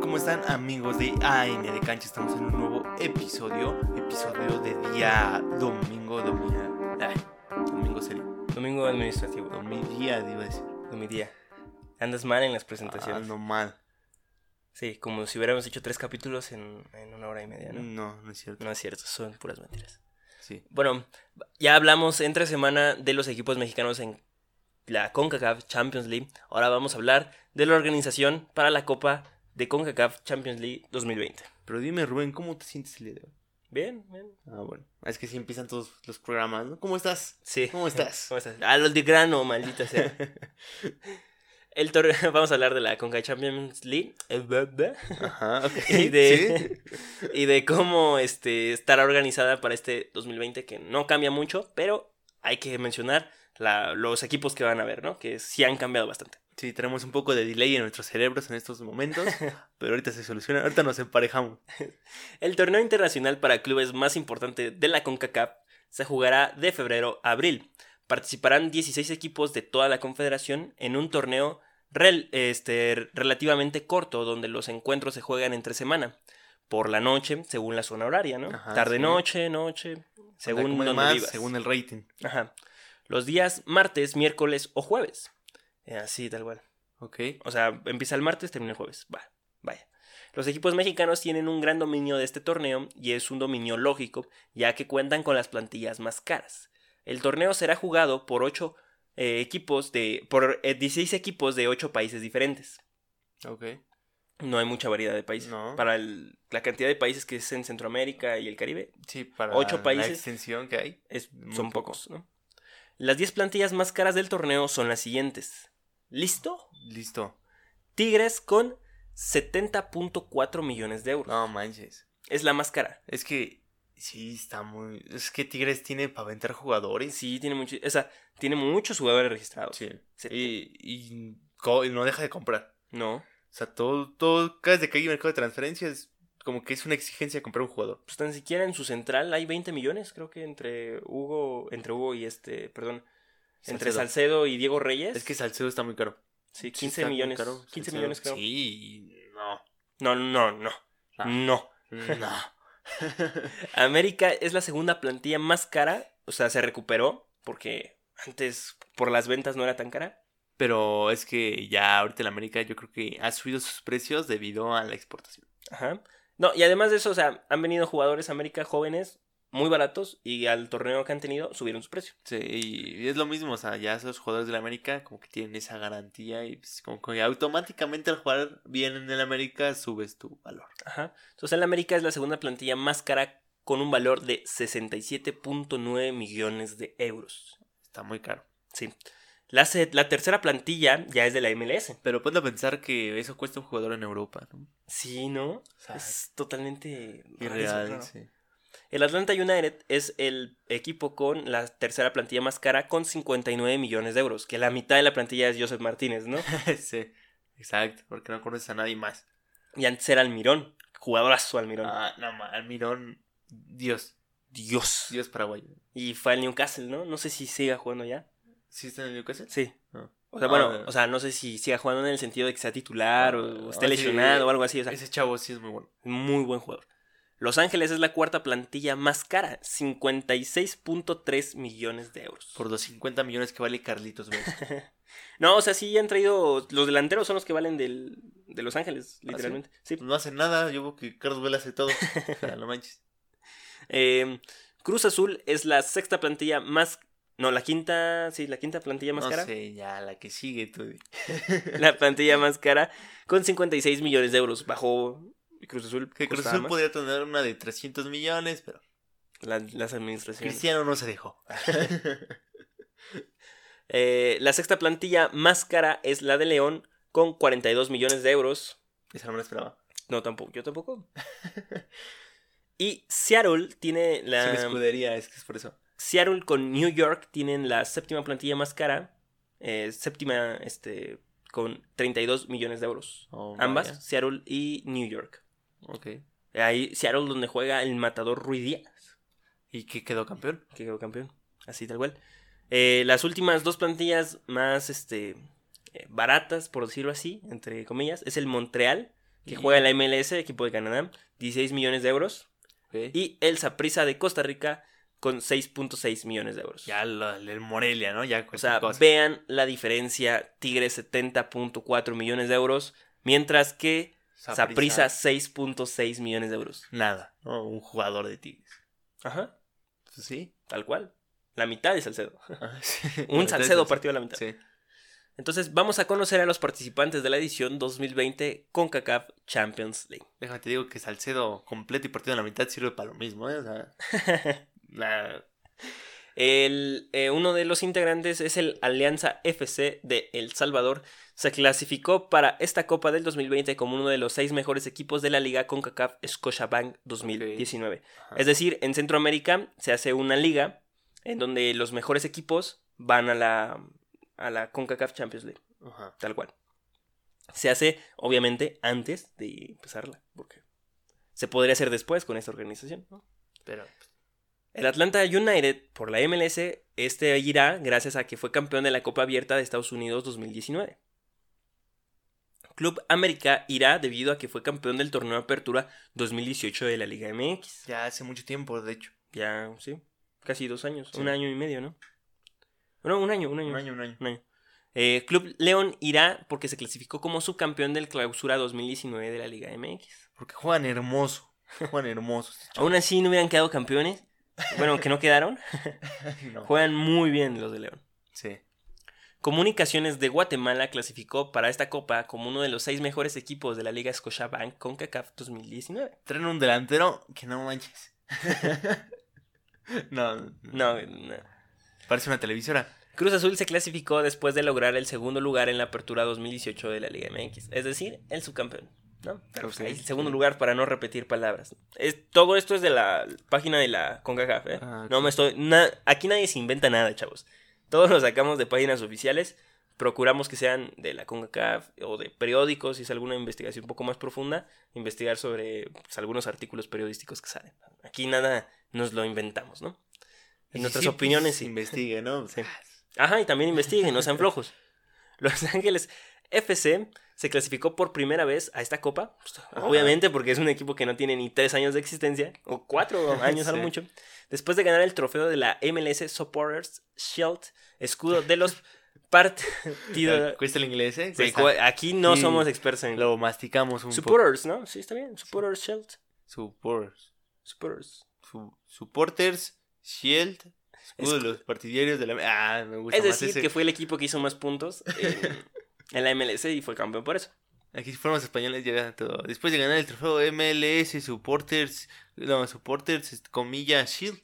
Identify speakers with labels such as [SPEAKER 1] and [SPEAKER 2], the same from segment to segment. [SPEAKER 1] ¿Cómo están amigos de AM de Cancha? Estamos en un nuevo episodio, episodio de día domingo, domingo, ay, domingo sería,
[SPEAKER 2] Domingo administrativo.
[SPEAKER 1] domingo día, iba a decir,
[SPEAKER 2] Domidía. Andas mal en las presentaciones.
[SPEAKER 1] ando mal,
[SPEAKER 2] Sí, como si hubiéramos hecho tres capítulos en, en una hora y media, ¿no?
[SPEAKER 1] no, no es cierto,
[SPEAKER 2] No es cierto, son puras mentiras.
[SPEAKER 1] sí,
[SPEAKER 2] Bueno, ya hablamos entre semana de los equipos mexicanos en la CONCACAF Champions League. Ahora vamos a hablar de la organización para la Copa de CONCACAF Champions League 2020.
[SPEAKER 1] pero dime Rubén, ¿cómo te sientes el día de hoy?
[SPEAKER 2] Bien, bien.
[SPEAKER 1] Ah, bueno, es que sí empiezan todos los programas, ¿no? ¿Cómo estás?
[SPEAKER 2] Sí.
[SPEAKER 1] ¿Cómo estás?
[SPEAKER 2] ¿Cómo estás? A los de grano, maldita sea. El torneo, vamos a hablar de la CONCACAF Champions League. Eh, bla, bla.
[SPEAKER 1] Ajá, ok,
[SPEAKER 2] y de, y de cómo este, estará organizada para este 2020, que no cambia mucho, pero hay que mencionar la- los equipos que van a ver, ¿no? Que sí han cambiado bastante.
[SPEAKER 1] sí, sí, tenemos un poco de delay en nuestros cerebros en estos momentos, pero ahorita se soluciona, ahorita nos emparejamos,
[SPEAKER 2] El torneo internacional para clubes más importante de la CONCACAF se jugará de febrero a abril. Participarán 16 equipos de toda la confederación en un torneo rel- este, relativamente corto, donde los encuentros se juegan entre semana, por la noche, según la zona horaria, ¿no?
[SPEAKER 1] Ajá, sí.
[SPEAKER 2] Tarde-noche, noche, según
[SPEAKER 1] Como de
[SPEAKER 2] donde
[SPEAKER 1] más,
[SPEAKER 2] vivas.
[SPEAKER 1] según el rating,
[SPEAKER 2] Ajá. Los días martes, miércoles o jueves. Eh, Así, tal cual.
[SPEAKER 1] ok,
[SPEAKER 2] O sea, empieza el martes, termina el jueves. Va, vaya. Los equipos mexicanos tienen un gran dominio de este torneo y es un dominio lógico, ya que cuentan con las plantillas más caras. El torneo será jugado por ocho eh, equipos de. por eh, 16 equipos de 8 países diferentes.
[SPEAKER 1] ok,
[SPEAKER 2] No hay mucha variedad de países.
[SPEAKER 1] No.
[SPEAKER 2] Para el- la cantidad de países que es en Centroamérica y el Caribe,
[SPEAKER 1] sí, para
[SPEAKER 2] Ocho
[SPEAKER 1] la
[SPEAKER 2] países.
[SPEAKER 1] extensión que hay,
[SPEAKER 2] Es-
[SPEAKER 1] Muy
[SPEAKER 2] son
[SPEAKER 1] poco.
[SPEAKER 2] pocos, ¿no? Las 10 plantillas más caras del torneo son las siguientes. ¿Listo?
[SPEAKER 1] listo.
[SPEAKER 2] Tigres con 70.4 millones de euros.
[SPEAKER 1] No manches.
[SPEAKER 2] Es la más cara.
[SPEAKER 1] Es que sí, está muy. Es que Tigres tiene para aventar jugadores.
[SPEAKER 2] Sí, tiene, mucho, o sea, tiene muchos jugadores registrados.
[SPEAKER 1] Sí.
[SPEAKER 2] Se-
[SPEAKER 1] Y, y co- y no deja de comprar.
[SPEAKER 2] No,
[SPEAKER 1] O sea, todo, todo, cada vez que hay mercado de transferencias, como que es una exigencia comprar un jugador.
[SPEAKER 2] pues tan siquiera en su central hay 20 millones, creo que entre Hugo, entre Hugo y este, perdón, entre Salcedo y Diego Reyes.
[SPEAKER 1] Es que Salcedo está muy caro.
[SPEAKER 2] sí,
[SPEAKER 1] Sí
[SPEAKER 2] 15
[SPEAKER 1] está muy
[SPEAKER 2] millones.
[SPEAKER 1] caro,
[SPEAKER 2] 15
[SPEAKER 1] Salcedo.
[SPEAKER 2] millones creo.
[SPEAKER 1] Sí, no.
[SPEAKER 2] No, no, no.
[SPEAKER 1] Ah.
[SPEAKER 2] No.
[SPEAKER 1] No.
[SPEAKER 2] América es la segunda plantilla más cara, o sea, se recuperó porque antes por las ventas no era tan cara.
[SPEAKER 1] Pero es que ya ahorita la América yo creo que ha subido sus precios debido a la exportación.
[SPEAKER 2] Ajá. No, y además de eso, o sea, han venido jugadores a América jóvenes muy baratos y al torneo que han tenido subieron su precio.
[SPEAKER 1] Sí, y es lo mismo, o sea, ya esos jugadores del América como que tienen esa garantía y pues, como que automáticamente al jugar bien en el América subes tu valor.
[SPEAKER 2] Ajá. Entonces, el América es la segunda plantilla más cara con un valor de 67.9 millones de euros.
[SPEAKER 1] Está muy caro.
[SPEAKER 2] Sí. La, se- la tercera plantilla ya es de la MLS.
[SPEAKER 1] Pero ponte a pensar que eso cuesta un jugador en Europa, ¿no?
[SPEAKER 2] Sí, ¿no?
[SPEAKER 1] O sea,
[SPEAKER 2] Es totalmente raro,
[SPEAKER 1] irreal,
[SPEAKER 2] raro.
[SPEAKER 1] sí.
[SPEAKER 2] El Atlanta United es el equipo con la tercera plantilla más cara con 59 millones de euros, que la mitad de la plantilla es Joseph Martínez, ¿no?
[SPEAKER 1] Sí, exacto, porque no conoces a nadie más.
[SPEAKER 2] Y antes era Almirón, jugadorazo Almirón.
[SPEAKER 1] Ah, no, ma- Almirón, Dios,
[SPEAKER 2] Dios.
[SPEAKER 1] Dios paraguayo.
[SPEAKER 2] Y fue al Newcastle, ¿no? No sé si siga jugando ya.
[SPEAKER 1] ¿Sí está en el Newcastle?
[SPEAKER 2] Sí.
[SPEAKER 1] No.
[SPEAKER 2] O sea,
[SPEAKER 1] Ah,
[SPEAKER 2] bueno, o sea, no sé si siga jugando en el sentido de que sea titular o, o esté
[SPEAKER 1] Ah, sí.
[SPEAKER 2] lesionado o algo así. O sea,
[SPEAKER 1] ese chavo sí es muy bueno.
[SPEAKER 2] muy buen jugador. Los Ángeles es la cuarta plantilla más cara, 56.3 millones de euros.
[SPEAKER 1] Por los 50 millones que vale Carlitos, güey.
[SPEAKER 2] No, o sea, sí han traído. Los delanteros son los que valen del, de Los
[SPEAKER 1] Ah,
[SPEAKER 2] Ángeles, literalmente. sí.
[SPEAKER 1] no hace nada, yo veo que Carlos Vela hace todo. O sea, no manches.
[SPEAKER 2] Eh, Cruz Azul es la sexta plantilla más. No, la quinta. Sí, la quinta plantilla más
[SPEAKER 1] no
[SPEAKER 2] cara.
[SPEAKER 1] sé, ya, la que sigue, tú.
[SPEAKER 2] La plantilla más cara con 56 millones de euros. Bajó Cruz Azul.
[SPEAKER 1] Que Cruz
[SPEAKER 2] costaba
[SPEAKER 1] Azul
[SPEAKER 2] más.
[SPEAKER 1] podría tener una de 300 millones, pero
[SPEAKER 2] La- las administraciones.
[SPEAKER 1] Cristiano no se dejó.
[SPEAKER 2] Eh, la sexta plantilla más cara es la de León con 42 millones de euros.
[SPEAKER 1] Esa no me la esperaba.
[SPEAKER 2] No, tampoco. Yo tampoco. Y Seattle tiene
[SPEAKER 1] Es una
[SPEAKER 2] la.
[SPEAKER 1] escudería, es que es por eso.
[SPEAKER 2] Seattle con New York tienen la séptima plantilla más cara. eh, séptima, este, con 32 millones de euros.
[SPEAKER 1] Oh,
[SPEAKER 2] Ambas,
[SPEAKER 1] vaya.
[SPEAKER 2] Seattle y New York.
[SPEAKER 1] Ok.
[SPEAKER 2] Ahí, Seattle donde juega el matador Rui Díaz,
[SPEAKER 1] ¿Y qué quedó campeón?
[SPEAKER 2] que quedó campeón. Así tal cual. Eh, las últimas dos plantillas más este, eh, baratas, por decirlo así, entre comillas, es el Montreal que juega en la MLS, equipo de Canadá, 16 millones de euros.
[SPEAKER 1] Ok.
[SPEAKER 2] Y el Saprissa de Costa Rica con 6.6 millones de euros.
[SPEAKER 1] Ya lo- el Morelia, ¿no? Ya
[SPEAKER 2] o
[SPEAKER 1] cualquier
[SPEAKER 2] sea,
[SPEAKER 1] cosa.
[SPEAKER 2] vean la diferencia. Tigres 70.4 millones de euros, mientras que Saprissa
[SPEAKER 1] Saprissa,
[SPEAKER 2] 6.6 millones de euros.
[SPEAKER 1] Nada, ¿no? Un jugador de Tigres.
[SPEAKER 2] Ajá,
[SPEAKER 1] Pues sí.
[SPEAKER 2] tal cual. La mitad de Salcedo.
[SPEAKER 1] Ah, sí.
[SPEAKER 2] Un
[SPEAKER 1] Entonces,
[SPEAKER 2] Salcedo partido a la mitad.
[SPEAKER 1] Sí.
[SPEAKER 2] Entonces vamos a conocer a los participantes de la edición 2020 con CACAF Champions League.
[SPEAKER 1] Déjame te digo que Salcedo completo y partido en la mitad sirve para lo mismo, ¿eh? O sea, la-
[SPEAKER 2] El, eh, uno de los integrantes es el Alianza FC de El Salvador. Se clasificó para esta Copa del 2020 como uno de los seis mejores equipos de la liga CONCACAF Scotiabank 2019.
[SPEAKER 1] Ajá.
[SPEAKER 2] Es decir, en Centroamérica se hace una liga en donde los mejores equipos van a la, a la CONCACAF Champions League,
[SPEAKER 1] Ajá.
[SPEAKER 2] tal cual. Se hace, obviamente, antes de empezarla, porque se podría hacer después con esta organización, ¿no?
[SPEAKER 1] Pero pues,
[SPEAKER 2] El Atlanta United por la MLS, este irá gracias a que fue campeón de la Copa Abierta de Estados Unidos 2019. Club América irá debido a que fue campeón del torneo Apertura 2018 de la Liga MX.
[SPEAKER 1] ya hace mucho tiempo, de hecho.
[SPEAKER 2] Ya, sí, casi dos años,
[SPEAKER 1] Sí.
[SPEAKER 2] un año y medio, ¿no? No, un año, un año.
[SPEAKER 1] Un año, un año.
[SPEAKER 2] un año. Eh, Club León irá porque se clasificó como subcampeón del Clausura 2019 de la Liga MX.
[SPEAKER 1] Porque juegan hermoso. Juegan hermosos.
[SPEAKER 2] Aún así no hubieran quedado campeones. Bueno, que no quedaron.
[SPEAKER 1] No.
[SPEAKER 2] Juegan muy bien los de León.
[SPEAKER 1] Sí.
[SPEAKER 2] Comunicaciones de Guatemala clasificó para esta copa como uno de los seis mejores equipos de la Liga Scotiabank con CACAF 2019.
[SPEAKER 1] Traen un delantero que no manches. no,
[SPEAKER 2] No, no.
[SPEAKER 1] Parece una televisora.
[SPEAKER 2] Cruz Azul se clasificó después de lograr el segundo lugar en la apertura 2018 de la Liga MX, es decir, el subcampeón. ¿no? Pero, pues,
[SPEAKER 1] Ok,
[SPEAKER 2] ahí el segundo
[SPEAKER 1] sí.
[SPEAKER 2] lugar para no repetir palabras. Es, todo esto es de la página de la CONCACAF. ¿eh?
[SPEAKER 1] Ah,
[SPEAKER 2] No me estoy. na- aquí nadie se inventa nada, chavos. Todos lo sacamos de páginas oficiales. Procuramos que sean de la CONCACAF o de periódicos, si es alguna investigación un poco más profunda, investigar sobre pues, algunos artículos periodísticos que salen. Aquí nada nos lo inventamos, ¿no? Y
[SPEAKER 1] Sí,
[SPEAKER 2] nuestras
[SPEAKER 1] sí,
[SPEAKER 2] opiniones
[SPEAKER 1] pues,
[SPEAKER 2] sí.
[SPEAKER 1] Investigue, ¿no?
[SPEAKER 2] Sí. Ajá, y también investiguen, no sean flojos. Los Ángeles FC se clasificó por primera vez a esta copa, pues,
[SPEAKER 1] Ajá.
[SPEAKER 2] obviamente porque es un equipo que no tiene ni tres años de existencia, o cuatro años a lo
[SPEAKER 1] Sí.
[SPEAKER 2] mucho, después de ganar el trofeo de la MLS Supporters Shield, escudo de los partidos...
[SPEAKER 1] Cuesta el inglés, ¿eh?
[SPEAKER 2] Sí,
[SPEAKER 1] Cuesta.
[SPEAKER 2] cu- aquí no
[SPEAKER 1] Sí.
[SPEAKER 2] somos expertos en...
[SPEAKER 1] Lo masticamos un poco.
[SPEAKER 2] Supporters, ¿no? Sí, está bien. Supporters Shield.
[SPEAKER 1] Supporters.
[SPEAKER 2] Supporters.
[SPEAKER 1] Su- supporters. Shield. Escudo de los partidarios de la. Ah, me gusta
[SPEAKER 2] Es
[SPEAKER 1] más
[SPEAKER 2] decir,
[SPEAKER 1] ese.
[SPEAKER 2] que fue el equipo que hizo más puntos en, en la MLS y fue campeón por eso.
[SPEAKER 1] Aquí fueron los españoles ya todo. Después de ganar el trofeo MLS, Supporters. No, Supporters, comilla, Shield.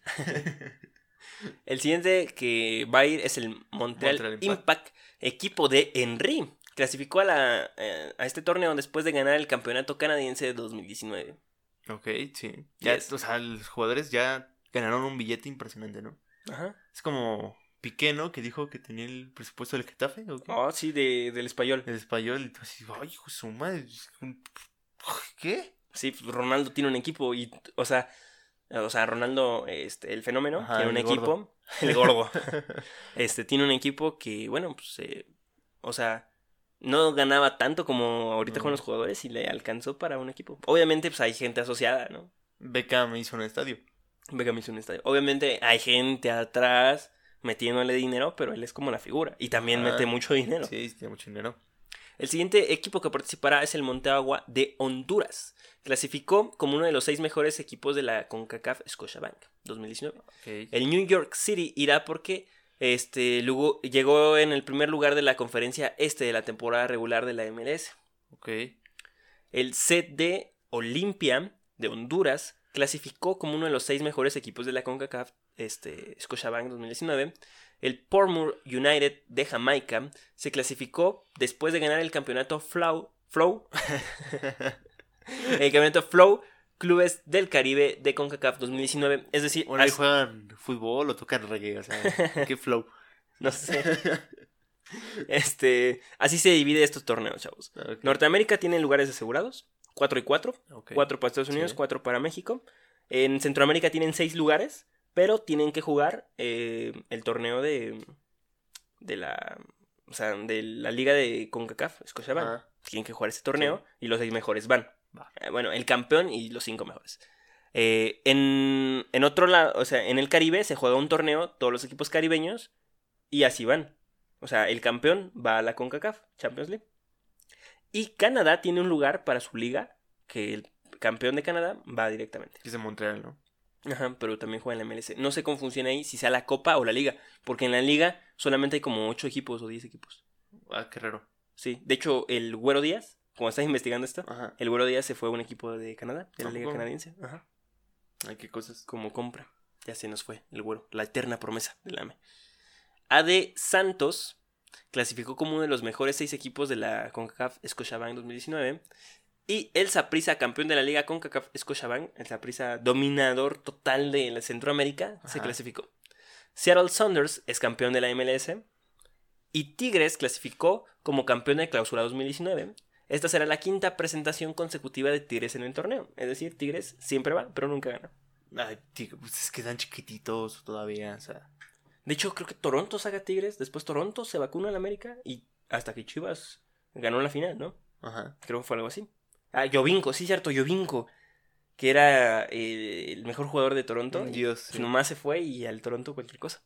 [SPEAKER 2] El siguiente que va a ir es el Montreal,
[SPEAKER 1] Montreal
[SPEAKER 2] Impact,
[SPEAKER 1] Impact.
[SPEAKER 2] equipo de Henry. Clasificó a, la, eh, a este torneo después de ganar el campeonato canadiense de 2019.
[SPEAKER 1] Ok, sí. Ya,
[SPEAKER 2] Yes.
[SPEAKER 1] O sea, los jugadores ya ganaron un billete impresionante, ¿no?
[SPEAKER 2] Ajá.
[SPEAKER 1] Es como Piqué, ¿no? Que dijo que tenía el presupuesto del Getafe. ¿o qué?
[SPEAKER 2] Oh, sí, de- del español.
[SPEAKER 1] El español. Y tú así, ay, hijo de su madre. es un- ¿Qué?
[SPEAKER 2] Sí, pues, Ronaldo tiene un equipo y, o sea, o sea Ronaldo, este, el fenómeno,
[SPEAKER 1] Ajá,
[SPEAKER 2] tiene un
[SPEAKER 1] el
[SPEAKER 2] equipo.
[SPEAKER 1] gordo.
[SPEAKER 2] El gordo. este, tiene un equipo que, bueno, pues, eh, o sea, no ganaba tanto como ahorita
[SPEAKER 1] No.
[SPEAKER 2] con los jugadores y le alcanzó para un equipo. Obviamente, pues hay gente asociada, ¿no?
[SPEAKER 1] Beckham hizo un estadio.
[SPEAKER 2] Beckham hizo un estadio. Obviamente hay gente atrás metiéndole dinero, pero él es como la figura. Y también
[SPEAKER 1] Ah,
[SPEAKER 2] mete mucho dinero.
[SPEAKER 1] Sí, tiene mucho dinero.
[SPEAKER 2] El siguiente equipo que participará es el Monteagua de Honduras. Clasificó como uno de los seis mejores equipos de la CONCACAF Scotiabank 2019.
[SPEAKER 1] Ok.
[SPEAKER 2] El New York City irá porque este, luego llegó en el primer lugar de la conferencia este de la temporada regular de la MLS.
[SPEAKER 1] Ok.
[SPEAKER 2] Eh, El CD Olimpia de Honduras clasificó como uno de los seis mejores equipos de la CONCACAF, este, Scotiabank 2019. El Portmore United de Jamaica se clasificó después de ganar el campeonato Flow, Flow, el campeonato Flow Clubes del Caribe de CONCACAF 2019. Es decir,
[SPEAKER 1] Ahora ahí
[SPEAKER 2] as-
[SPEAKER 1] juegan fútbol o tocan reggae, o sea, qué flow.
[SPEAKER 2] no sé. Este, así se divide estos torneos, chavos.
[SPEAKER 1] Ok.
[SPEAKER 2] Norteamérica tiene lugares asegurados, 4 y 4.
[SPEAKER 1] Ok.
[SPEAKER 2] Cuatro para Estados Unidos,
[SPEAKER 1] Sí.
[SPEAKER 2] cuatro para México. En Centroamérica tienen seis lugares, pero tienen que jugar eh, el torneo de, de la. O sea, de la liga de CONCACAF, Scotiabank.
[SPEAKER 1] Ah,
[SPEAKER 2] Tienen que jugar ese torneo y los seis mejores van.
[SPEAKER 1] Va.
[SPEAKER 2] Eh, bueno, el campeón y los cinco mejores. Eh, en, en otro lado, o sea, en el Caribe se juega un torneo, todos los equipos caribeños, y así van. O sea, el campeón va a la CONCACAF, Champions League. Y Canadá tiene un lugar para su liga, que el campeón de Canadá va directamente.
[SPEAKER 1] Que es en Montreal, ¿no?
[SPEAKER 2] Ajá, pero también juega en la MLC. No sé cómo funciona ahí, si sea la Copa o la Liga, porque en la Liga solamente hay como 8 equipos o 10 equipos.
[SPEAKER 1] Ah, qué raro.
[SPEAKER 2] Sí, de hecho, el Güero Díaz, como estás investigando esto,
[SPEAKER 1] Ajá.
[SPEAKER 2] el Güero Díaz se fue a un equipo de Canadá, de la
[SPEAKER 1] ¿A
[SPEAKER 2] Liga
[SPEAKER 1] poco?
[SPEAKER 2] Canadiense. Ajá.
[SPEAKER 1] Ay, qué cosas.
[SPEAKER 2] como compra. Ya se nos fue el güero, la eterna promesa del AME. AD Santos clasificó como uno de los mejores seis equipos de la CONCACAF Scotiabank 2019. Y el Saprissa, campeón de la liga CONCACAF Scotiabank, el Saprissa dominador total de la Centroamérica, se
[SPEAKER 1] Ajá.
[SPEAKER 2] clasificó. Seattle Saunders es campeón de la MLS. Y Tigres clasificó como campeón de clausura 2019. Esta será la quinta presentación consecutiva de Tigres en el torneo. Es decir, Tigres siempre va, pero nunca gana.
[SPEAKER 1] Ay, tío, pues es que están chiquititos todavía, o sea.
[SPEAKER 2] De hecho, creo que Toronto saca a Tigres, después Toronto se vacuna al América y hasta que Chivas ganó la final, ¿no?
[SPEAKER 1] Ajá.
[SPEAKER 2] Creo que fue algo así. Ah, Jovinko, sí, cierto, Jovinko, que era eh, el mejor jugador de Toronto. y
[SPEAKER 1] Dios.
[SPEAKER 2] pues
[SPEAKER 1] Mm, sí.
[SPEAKER 2] Nomás se fue y al Toronto cualquier cosa.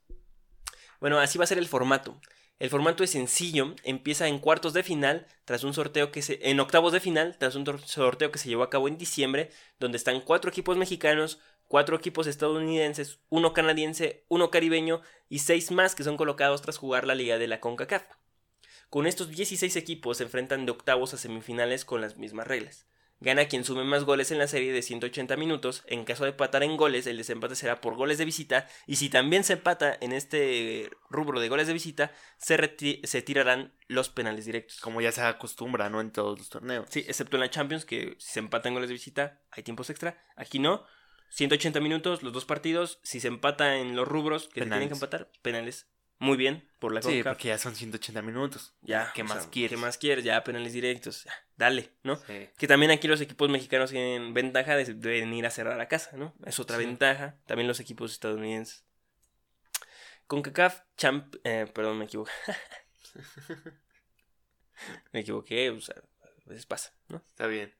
[SPEAKER 2] Bueno, así va a ser el formato. El formato es sencillo, empieza en cuartos de final tras un sorteo que se en octavos de final tras un tor- sorteo que se llevó a cabo en diciembre, donde están cuatro equipos mexicanos, cuatro equipos estadounidenses, uno canadiense, uno caribeño y seis más que son colocados tras jugar la liga de la CONCACAF. Con estos 16 equipos se enfrentan de octavos a semifinales con las mismas reglas. Gana quien sume más goles en la serie de 180 minutos. En caso de empatar en goles, el desempate será por goles de visita. Y si también se empata en este rubro de goles de visita, se, reti- se tirarán los penales directos.
[SPEAKER 1] Como ya se acostumbra, ¿no? En todos los torneos.
[SPEAKER 2] Sí, excepto en la Champions, que si se empata en goles de visita, hay tiempos extra. Aquí no. 180 minutos, los dos partidos. Si se empata en los rubros que se tienen que
[SPEAKER 1] Penales.
[SPEAKER 2] empatar, penales. Muy bien, por la
[SPEAKER 1] Sí,
[SPEAKER 2] CONCACAF.
[SPEAKER 1] porque ya son 180 minutos.
[SPEAKER 2] Ya,
[SPEAKER 1] ¿Qué
[SPEAKER 2] o
[SPEAKER 1] más
[SPEAKER 2] sea,
[SPEAKER 1] quieres?
[SPEAKER 2] ¿Qué más quieres? Ya, penales directos. ya, dale, ¿no?
[SPEAKER 1] Sí.
[SPEAKER 2] Que también aquí los equipos mexicanos tienen ventaja de, de venir a cerrar a casa, ¿no? Es otra
[SPEAKER 1] Sí.
[SPEAKER 2] ventaja. También los equipos estadounidenses. Con CACAF, champ... eh, perdón, me equivoqué. me equivoqué, o sea, a veces pasa, ¿no?
[SPEAKER 1] Está bien.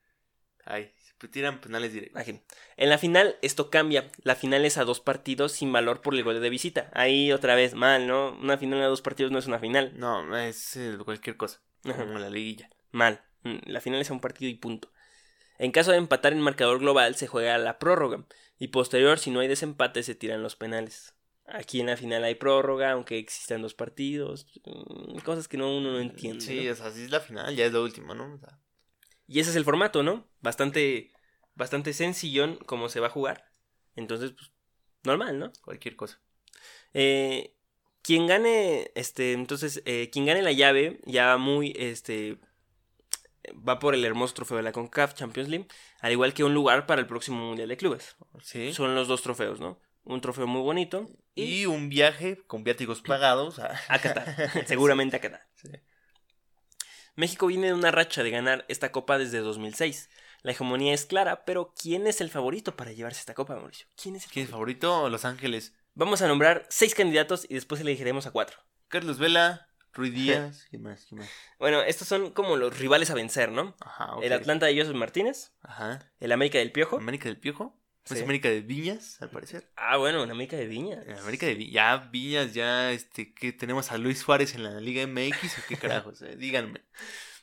[SPEAKER 1] Ay, pues tiran penales directos.
[SPEAKER 2] Aquí. En la final esto cambia. La final es a dos partidos sin valor por el gol de visita. Ahí otra vez, mal, ¿no? Una final a dos partidos no es una final.
[SPEAKER 1] No, es eh, cualquier cosa.
[SPEAKER 2] Ajá.
[SPEAKER 1] Como la liguilla.
[SPEAKER 2] Mal. Mm, La final es a un partido y punto. En caso de empatar en marcador global, se juega la prórroga. Y posterior, si no hay desempate, se tiran los penales. Aquí en la final hay prórroga, aunque existan dos partidos. mm, Cosas que no, uno no entiende.
[SPEAKER 1] Sí,
[SPEAKER 2] ¿no?
[SPEAKER 1] o sea, si es la final, ya es lo último, ¿no? O sea,
[SPEAKER 2] Y ese es el formato, ¿no? Bastante, bastante sencillón como se va a jugar. Entonces, pues, normal, ¿no?
[SPEAKER 1] cualquier cosa.
[SPEAKER 2] Eh, quien gane, este, entonces, eh, quien gane la llave, ya muy, este, va por el hermoso trofeo de la CONCACAF Champions League, al igual que un lugar para el próximo Mundial de Clubes.
[SPEAKER 1] Sí.
[SPEAKER 2] Son los dos trofeos, ¿no? Un trofeo muy bonito y
[SPEAKER 1] Y un viaje con viáticos pagados ah, a,
[SPEAKER 2] a Qatar, seguramente a Qatar.
[SPEAKER 1] Sí.
[SPEAKER 2] México viene de una racha de ganar esta copa desde 2006. La hegemonía es clara, pero ¿quién es el favorito para llevarse esta copa, Mauricio? ¿Quién es el
[SPEAKER 1] ¿Quién es
[SPEAKER 2] favorito?
[SPEAKER 1] favorito? Los Ángeles.
[SPEAKER 2] Vamos a nombrar seis candidatos y después elegiremos a cuatro.
[SPEAKER 1] Carlos Vela, Ruiz Díaz. ¿Qué más? ¿Qué más?
[SPEAKER 2] Bueno, estos son como los rivales a vencer, ¿no?
[SPEAKER 1] Ajá, ok.
[SPEAKER 2] El Atlanta de Joseph Martínez,
[SPEAKER 1] Ajá.
[SPEAKER 2] el América del Piojo.
[SPEAKER 1] América del Piojo. Pues
[SPEAKER 2] Sí.
[SPEAKER 1] América de Viñas, al parecer.
[SPEAKER 2] Ah, bueno, el América de Viña.
[SPEAKER 1] En América de Viñas. Ya Viñas, ya este, que tenemos a Luis Suárez en la Liga MX o qué carajos, Eh, díganme.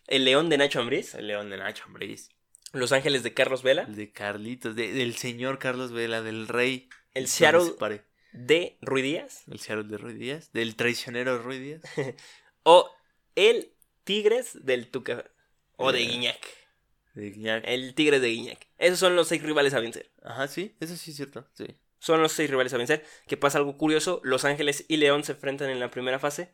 [SPEAKER 2] El León de Nacho Ambriz,
[SPEAKER 1] El León de Nacho Ambriz,
[SPEAKER 2] Los Ángeles de Carlos Vela,
[SPEAKER 1] el de Carlitos, de- del señor Carlos Vela, del rey.
[SPEAKER 2] el
[SPEAKER 1] Donde
[SPEAKER 2] Seattle
[SPEAKER 1] se pare.
[SPEAKER 2] de Rui Díaz
[SPEAKER 1] El Seattle de Ruiz Díaz, del traicionero Ruiz Díaz.
[SPEAKER 2] o el Tigres del Tuca o de
[SPEAKER 1] Eh.
[SPEAKER 2] Guiñac.
[SPEAKER 1] de Guiñac.
[SPEAKER 2] El Tigres de Guiñac. Esos son los seis rivales a vencer.
[SPEAKER 1] Ajá, sí, eso sí es cierto, sí.
[SPEAKER 2] Son los seis rivales a vencer. Que pasa algo curioso, Los Ángeles y León se enfrentan en la primera fase.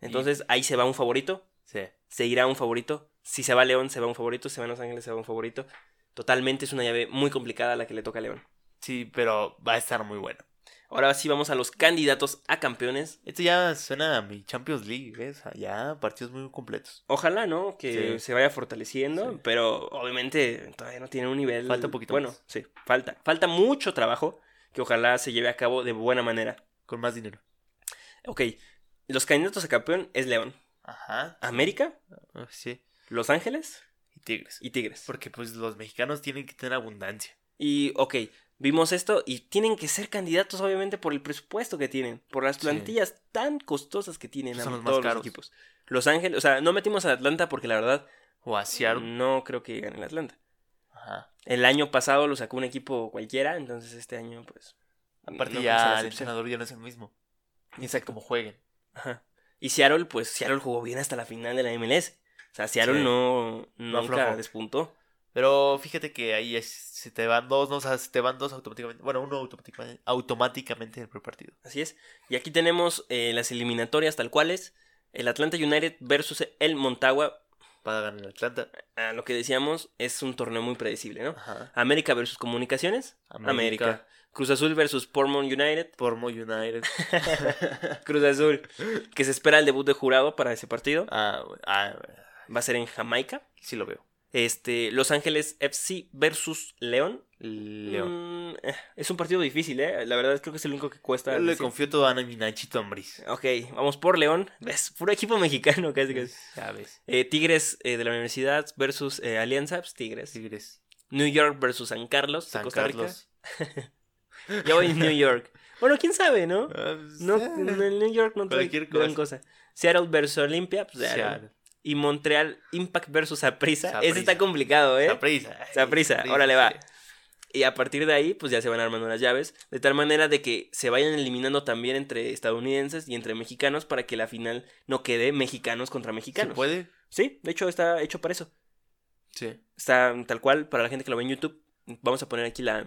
[SPEAKER 2] Entonces ahí se va un favorito,
[SPEAKER 1] Sí.
[SPEAKER 2] se irá un favorito. Si se va León, se va un favorito. Si se va Los Ángeles, se va un favorito. Totalmente es una llave muy complicada la que le toca a León.
[SPEAKER 1] Sí, pero va a estar muy bueno.
[SPEAKER 2] Ahora sí vamos a los candidatos a campeones.
[SPEAKER 1] Esto ya suena a mi Champions League, ¿ves? O sea, ya partidos muy completos.
[SPEAKER 2] Ojalá, ¿no? Que
[SPEAKER 1] Sí.
[SPEAKER 2] se vaya fortaleciendo,
[SPEAKER 1] Sí.
[SPEAKER 2] pero obviamente todavía no tiene un nivel.
[SPEAKER 1] Falta un poquito
[SPEAKER 2] Bueno,
[SPEAKER 1] más.
[SPEAKER 2] sí, falta. Falta mucho trabajo que ojalá se lleve a cabo de buena manera.
[SPEAKER 1] Con más dinero.
[SPEAKER 2] Ok, los candidatos a campeón es León.
[SPEAKER 1] Ajá.
[SPEAKER 2] América,
[SPEAKER 1] Ah, Sí.
[SPEAKER 2] Los Ángeles
[SPEAKER 1] Y Tigres.
[SPEAKER 2] y Tigres.
[SPEAKER 1] Porque pues los mexicanos tienen que tener abundancia.
[SPEAKER 2] Y, ok, vimos esto y tienen que ser candidatos, obviamente, por el presupuesto que tienen, por las
[SPEAKER 1] Sí.
[SPEAKER 2] plantillas tan costosas que tienen
[SPEAKER 1] Son
[SPEAKER 2] ambos-
[SPEAKER 1] los más
[SPEAKER 2] todos los
[SPEAKER 1] caros.
[SPEAKER 2] equipos. Los Ángeles, o sea, no metimos a Atlanta porque la verdad
[SPEAKER 1] O a Seattle.
[SPEAKER 2] no creo que gane el Atlanta.
[SPEAKER 1] Ajá.
[SPEAKER 2] El año pasado lo sacó un equipo cualquiera, entonces este año, pues.
[SPEAKER 1] Aparte
[SPEAKER 2] no fue la
[SPEAKER 1] ya el
[SPEAKER 2] excepción.
[SPEAKER 1] entrenador ya no es el mismo. Ni sé cómo jueguen.
[SPEAKER 2] Ajá. Y Seattle, pues Seattle jugó bien hasta la final de la MLS. O sea, Seattle
[SPEAKER 1] Sí.
[SPEAKER 2] no, nunca
[SPEAKER 1] aflojó.
[SPEAKER 2] despuntó.
[SPEAKER 1] Pero fíjate que ahí es- se te van dos, no, o sea, se te van dos automáticamente. Bueno, uno automáticamente, automáticamente en el primer partido.
[SPEAKER 2] Así es. Y aquí tenemos eh, las eliminatorias tal cuales. El Atlanta United versus el Montagua.
[SPEAKER 1] Para ganar el Atlanta.
[SPEAKER 2] A Ah, lo que decíamos, es un torneo muy predecible, ¿no?
[SPEAKER 1] Ajá.
[SPEAKER 2] América versus Comunicaciones. América. Cruz Azul versus Portmore United.
[SPEAKER 1] Pormo United.
[SPEAKER 2] Cruz Azul. Que se espera el debut de jurado para ese partido.
[SPEAKER 1] ah, bueno, ah,
[SPEAKER 2] Va a ser en Jamaica.
[SPEAKER 1] sí lo veo.
[SPEAKER 2] Este, Los Ángeles FC versus León.
[SPEAKER 1] León.
[SPEAKER 2] Mm, eh, es un partido difícil, ¿eh? La verdad creo que es el único que cuesta.
[SPEAKER 1] Yo le
[SPEAKER 2] decir.
[SPEAKER 1] confío todo a mi Nachito Ambriz.
[SPEAKER 2] Ok, vamos por León. Es puro equipo mexicano, casi casi.
[SPEAKER 1] Ya ves.
[SPEAKER 2] Eh, Tigres eh, de la Universidad versus eh, Alianza, pues, Tigres.
[SPEAKER 1] Tigres.
[SPEAKER 2] New York versus San Carlos, de
[SPEAKER 1] San
[SPEAKER 2] Costa Rica.
[SPEAKER 1] Carlos.
[SPEAKER 2] Ya voy en New York. Bueno, quién sabe, ¿no?
[SPEAKER 1] Ah, pues,
[SPEAKER 2] No,
[SPEAKER 1] eh,
[SPEAKER 2] no, en New York no trae
[SPEAKER 1] Cualquier
[SPEAKER 2] gran cosa. Seattle versus Olimpia, pues, Seattle.
[SPEAKER 1] Seattle.
[SPEAKER 2] Y Montreal Impact versus Aprisa.
[SPEAKER 1] Saprissa.
[SPEAKER 2] Ese está complicado, ¿eh?
[SPEAKER 1] Saprissa.
[SPEAKER 2] Saprissa,
[SPEAKER 1] Saprissa,
[SPEAKER 2] órale, va.
[SPEAKER 1] sí.
[SPEAKER 2] Y a partir de ahí, pues ya se van armando las llaves. De tal manera de que se vayan eliminando también entre estadounidenses y entre mexicanos para que la final no quede mexicanos contra
[SPEAKER 1] ¿Se
[SPEAKER 2] mexicanos.
[SPEAKER 1] puede?
[SPEAKER 2] Sí, de hecho está hecho para eso.
[SPEAKER 1] Sí.
[SPEAKER 2] Está tal cual para la gente que lo ve en YouTube. Vamos a poner aquí la,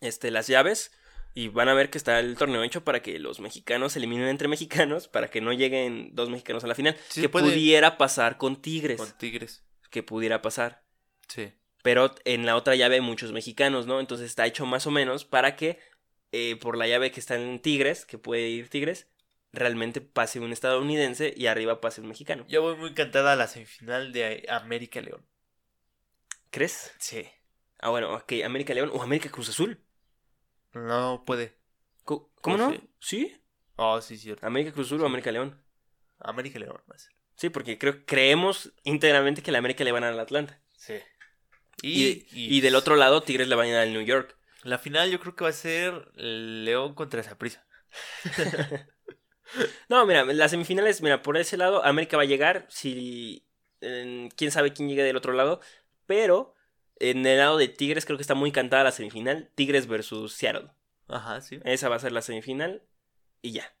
[SPEAKER 2] este, las llaves. Y van a ver que está el torneo hecho para que los mexicanos se eliminen entre mexicanos. Para que no lleguen dos mexicanos a la final.
[SPEAKER 1] Sí
[SPEAKER 2] que
[SPEAKER 1] puede.
[SPEAKER 2] pudiera pasar con Tigres.
[SPEAKER 1] Con Tigres.
[SPEAKER 2] Que pudiera pasar.
[SPEAKER 1] Sí.
[SPEAKER 2] Pero en la otra llave hay muchos mexicanos, ¿no? Entonces está hecho más o menos para que eh, por la llave que está en Tigres, que puede ir Tigres, realmente pase un estadounidense y arriba pase un mexicano.
[SPEAKER 1] Yo voy muy encantada a la semifinal de América León.
[SPEAKER 2] ¿Crees?
[SPEAKER 1] Sí.
[SPEAKER 2] Ah, bueno, ok, América León o América Cruz Azul.
[SPEAKER 1] No puede.
[SPEAKER 2] Co- ¿Cómo
[SPEAKER 1] No
[SPEAKER 2] no?
[SPEAKER 1] sé.
[SPEAKER 2] Sí,
[SPEAKER 1] Oh, sí, cierto.
[SPEAKER 2] América Cruz Azul o América León.
[SPEAKER 1] América León va a ser.
[SPEAKER 2] Sí, porque creo, creemos íntegramente que la América le van al Atlanta.
[SPEAKER 1] Sí.
[SPEAKER 2] Y, y del otro lado, Tigres le van a ir al New York.
[SPEAKER 1] La final yo creo que va a ser León contra Saprissa.
[SPEAKER 2] No, mira, las semifinales, mira, por ese lado, América va a llegar, si eh, quién sabe quién llegue del otro lado, pero en el lado de Tigres creo que está muy cantada la semifinal, Tigres versus Seattle.
[SPEAKER 1] Ajá, sí.
[SPEAKER 2] Esa va a ser la semifinal y ya.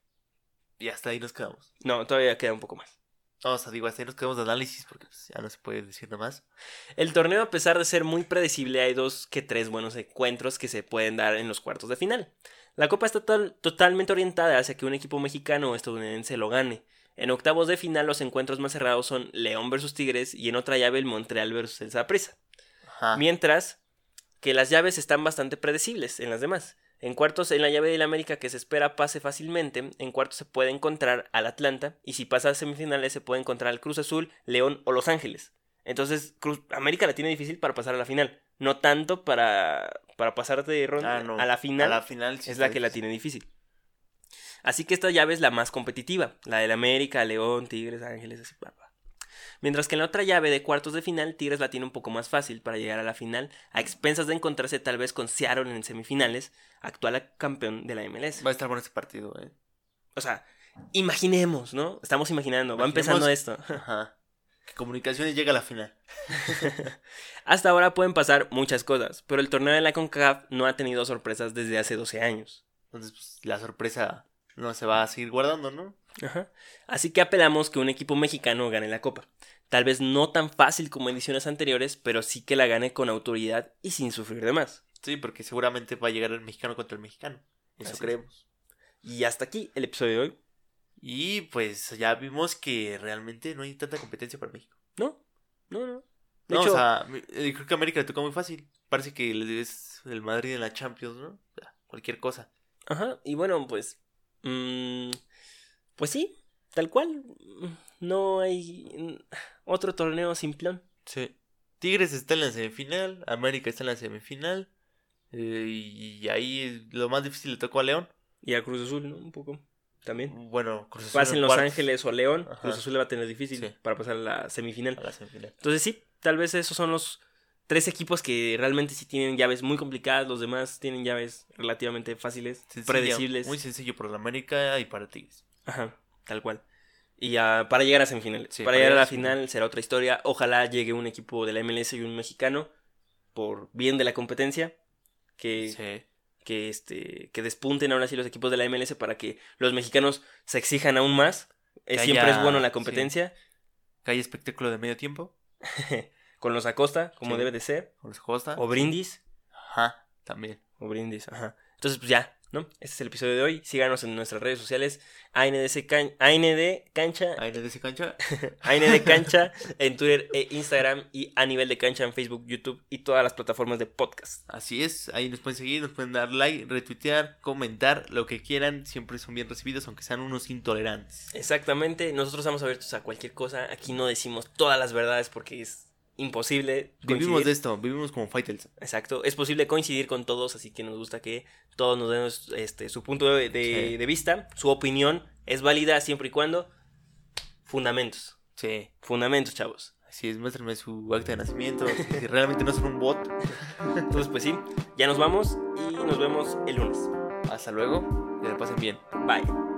[SPEAKER 1] Y hasta ahí nos quedamos.
[SPEAKER 2] No, todavía queda un poco más.
[SPEAKER 1] No, o sea, digo, hasta ahí nos quedamos de análisis porque pues, ya no se puede decir nada más.
[SPEAKER 2] El torneo, a pesar de ser muy predecible, hay dos que tres buenos encuentros que se pueden dar en los cuartos de final. La copa está total- totalmente orientada hacia que un equipo mexicano o estadounidense lo gane. En octavos de final, los encuentros más cerrados son León versus Tigres y en otra llave el Montreal versus el Saprissa.
[SPEAKER 1] Ajá.
[SPEAKER 2] Mientras que las llaves están bastante predecibles en las demás. En cuartos, en la llave del América que se espera pase fácilmente, en cuartos se puede encontrar al Atlanta y si pasa a semifinales se puede encontrar al Cruz Azul, León o Los Ángeles. Entonces, Cruz- América la tiene difícil para pasar a la final. No tanto para, para pasar de ronda
[SPEAKER 1] Ah, no.
[SPEAKER 2] a la
[SPEAKER 1] A
[SPEAKER 2] final
[SPEAKER 1] la final sí
[SPEAKER 2] es
[SPEAKER 1] está
[SPEAKER 2] la que la
[SPEAKER 1] difícil.
[SPEAKER 2] tiene difícil. Así que esta llave es la más competitiva, la del América, León, Tigres, Ángeles, así, bla, bla. Mientras que en la otra llave de cuartos de final, Tigres la tiene un poco más fácil para llegar a la final, a expensas de encontrarse tal vez con Seattle en semifinales, actual campeón de la MLS.
[SPEAKER 1] Va a estar bueno ese partido, eh.
[SPEAKER 2] O sea, imaginemos, ¿no? Estamos imaginando, va
[SPEAKER 1] Imaginemos-
[SPEAKER 2] empezando esto.
[SPEAKER 1] Ajá. Que comunicaciones llega a la final.
[SPEAKER 2] Hasta ahora pueden pasar muchas cosas, pero el torneo de la CONCACAF no ha tenido sorpresas desde hace 12 años.
[SPEAKER 1] Entonces, pues, la sorpresa no se va a seguir guardando, ¿no?
[SPEAKER 2] Ajá. Así que apelamos que un equipo mexicano gane la copa. Tal vez no tan fácil como en ediciones anteriores, pero sí que la gane con autoridad y sin sufrir de más.
[SPEAKER 1] Sí, porque seguramente va a llegar el mexicano contra el mexicano. Eso
[SPEAKER 2] Así es.
[SPEAKER 1] creemos.
[SPEAKER 2] Y hasta aquí el episodio de hoy.
[SPEAKER 1] Y pues ya vimos que realmente no hay tanta competencia para México.
[SPEAKER 2] No, no, no. De
[SPEAKER 1] no,
[SPEAKER 2] hecho,
[SPEAKER 1] o sea, mi- eh, creo que a América le tocó muy fácil. Parece que le- es el Madrid en la Champions, ¿no? O sea, cualquier cosa.
[SPEAKER 2] ajá. Y bueno, pues. mm, pues sí, tal cual. mm, No hay mm, otro torneo simplón.
[SPEAKER 1] Sí. Tigres está en la semifinal, América está en la semifinal. eh, y ahí lo más difícil le tocó a León.
[SPEAKER 2] Y a Cruz Azul, ¿no? Un poco. también.
[SPEAKER 1] Bueno, Cruz Azul.
[SPEAKER 2] Pasa en Los
[SPEAKER 1] cuartos.
[SPEAKER 2] Ángeles o León,
[SPEAKER 1] Ajá.
[SPEAKER 2] Cruz Azul le va a tener difícil
[SPEAKER 1] Sí.
[SPEAKER 2] para pasar a la
[SPEAKER 1] A
[SPEAKER 2] semifinal.
[SPEAKER 1] la semifinal.
[SPEAKER 2] Entonces sí, tal vez esos son los tres equipos que realmente sí tienen llaves muy complicadas, los demás tienen llaves relativamente fáciles,
[SPEAKER 1] Sencillo,
[SPEAKER 2] predecibles.
[SPEAKER 1] Muy sencillo para la América y para Tigres.
[SPEAKER 2] Ajá, tal cual. Y ya para llegar a semifinales.
[SPEAKER 1] Sí,
[SPEAKER 2] para, llegar a la final será otra historia. Ojalá llegue un equipo de la MLS y un mexicano por bien de la competencia. Que,
[SPEAKER 1] Sí.
[SPEAKER 2] que, este, que despunten ahora sí los equipos de la MLS para que los mexicanos se exijan aún más. Eh,
[SPEAKER 1] Que
[SPEAKER 2] siempre
[SPEAKER 1] haya-
[SPEAKER 2] es bueno la
[SPEAKER 1] sí.
[SPEAKER 2] competencia.
[SPEAKER 1] Que haya espectáculo de medio tiempo.
[SPEAKER 2] Con los Acosta, como
[SPEAKER 1] Sí.
[SPEAKER 2] debe de ser.
[SPEAKER 1] Con los Costa.
[SPEAKER 2] O Brindis.
[SPEAKER 1] Ajá. También.
[SPEAKER 2] O Brindis, ajá. Entonces, pues ya, ¿no? Este es el episodio de hoy. Síganos en nuestras redes sociales. ANDC Can- AND Cancha
[SPEAKER 1] Ahí en ese cancha.
[SPEAKER 2] AN de Cancha en Twitter e Instagram y a nivel de cancha en Facebook, YouTube y todas las plataformas de podcast.
[SPEAKER 1] Así es, ahí nos pueden seguir, nos pueden dar like, retuitear, comentar, lo que quieran, siempre son bien recibidos, aunque sean unos intolerantes.
[SPEAKER 2] Exactamente, nosotros estamos abiertos a cualquier cosa. Aquí no decimos todas las verdades porque es imposible.
[SPEAKER 1] Vivimos
[SPEAKER 2] coincidir.
[SPEAKER 1] de esto, vivimos como fighters.
[SPEAKER 2] Exacto, es posible coincidir con todos, así que nos gusta que todos nos den este, su punto de, de-
[SPEAKER 1] Sí.
[SPEAKER 2] de vista, su opinión es válida siempre y cuando fundamentos,
[SPEAKER 1] Sí,
[SPEAKER 2] fundamentos, chavos.
[SPEAKER 1] así es, muéstrenme su acta de nacimiento, si realmente no son un bot.
[SPEAKER 2] Entonces, pues sí, ya nos vamos y nos vemos el lunes.
[SPEAKER 1] Hasta luego, que la pasen bien.
[SPEAKER 2] Bye.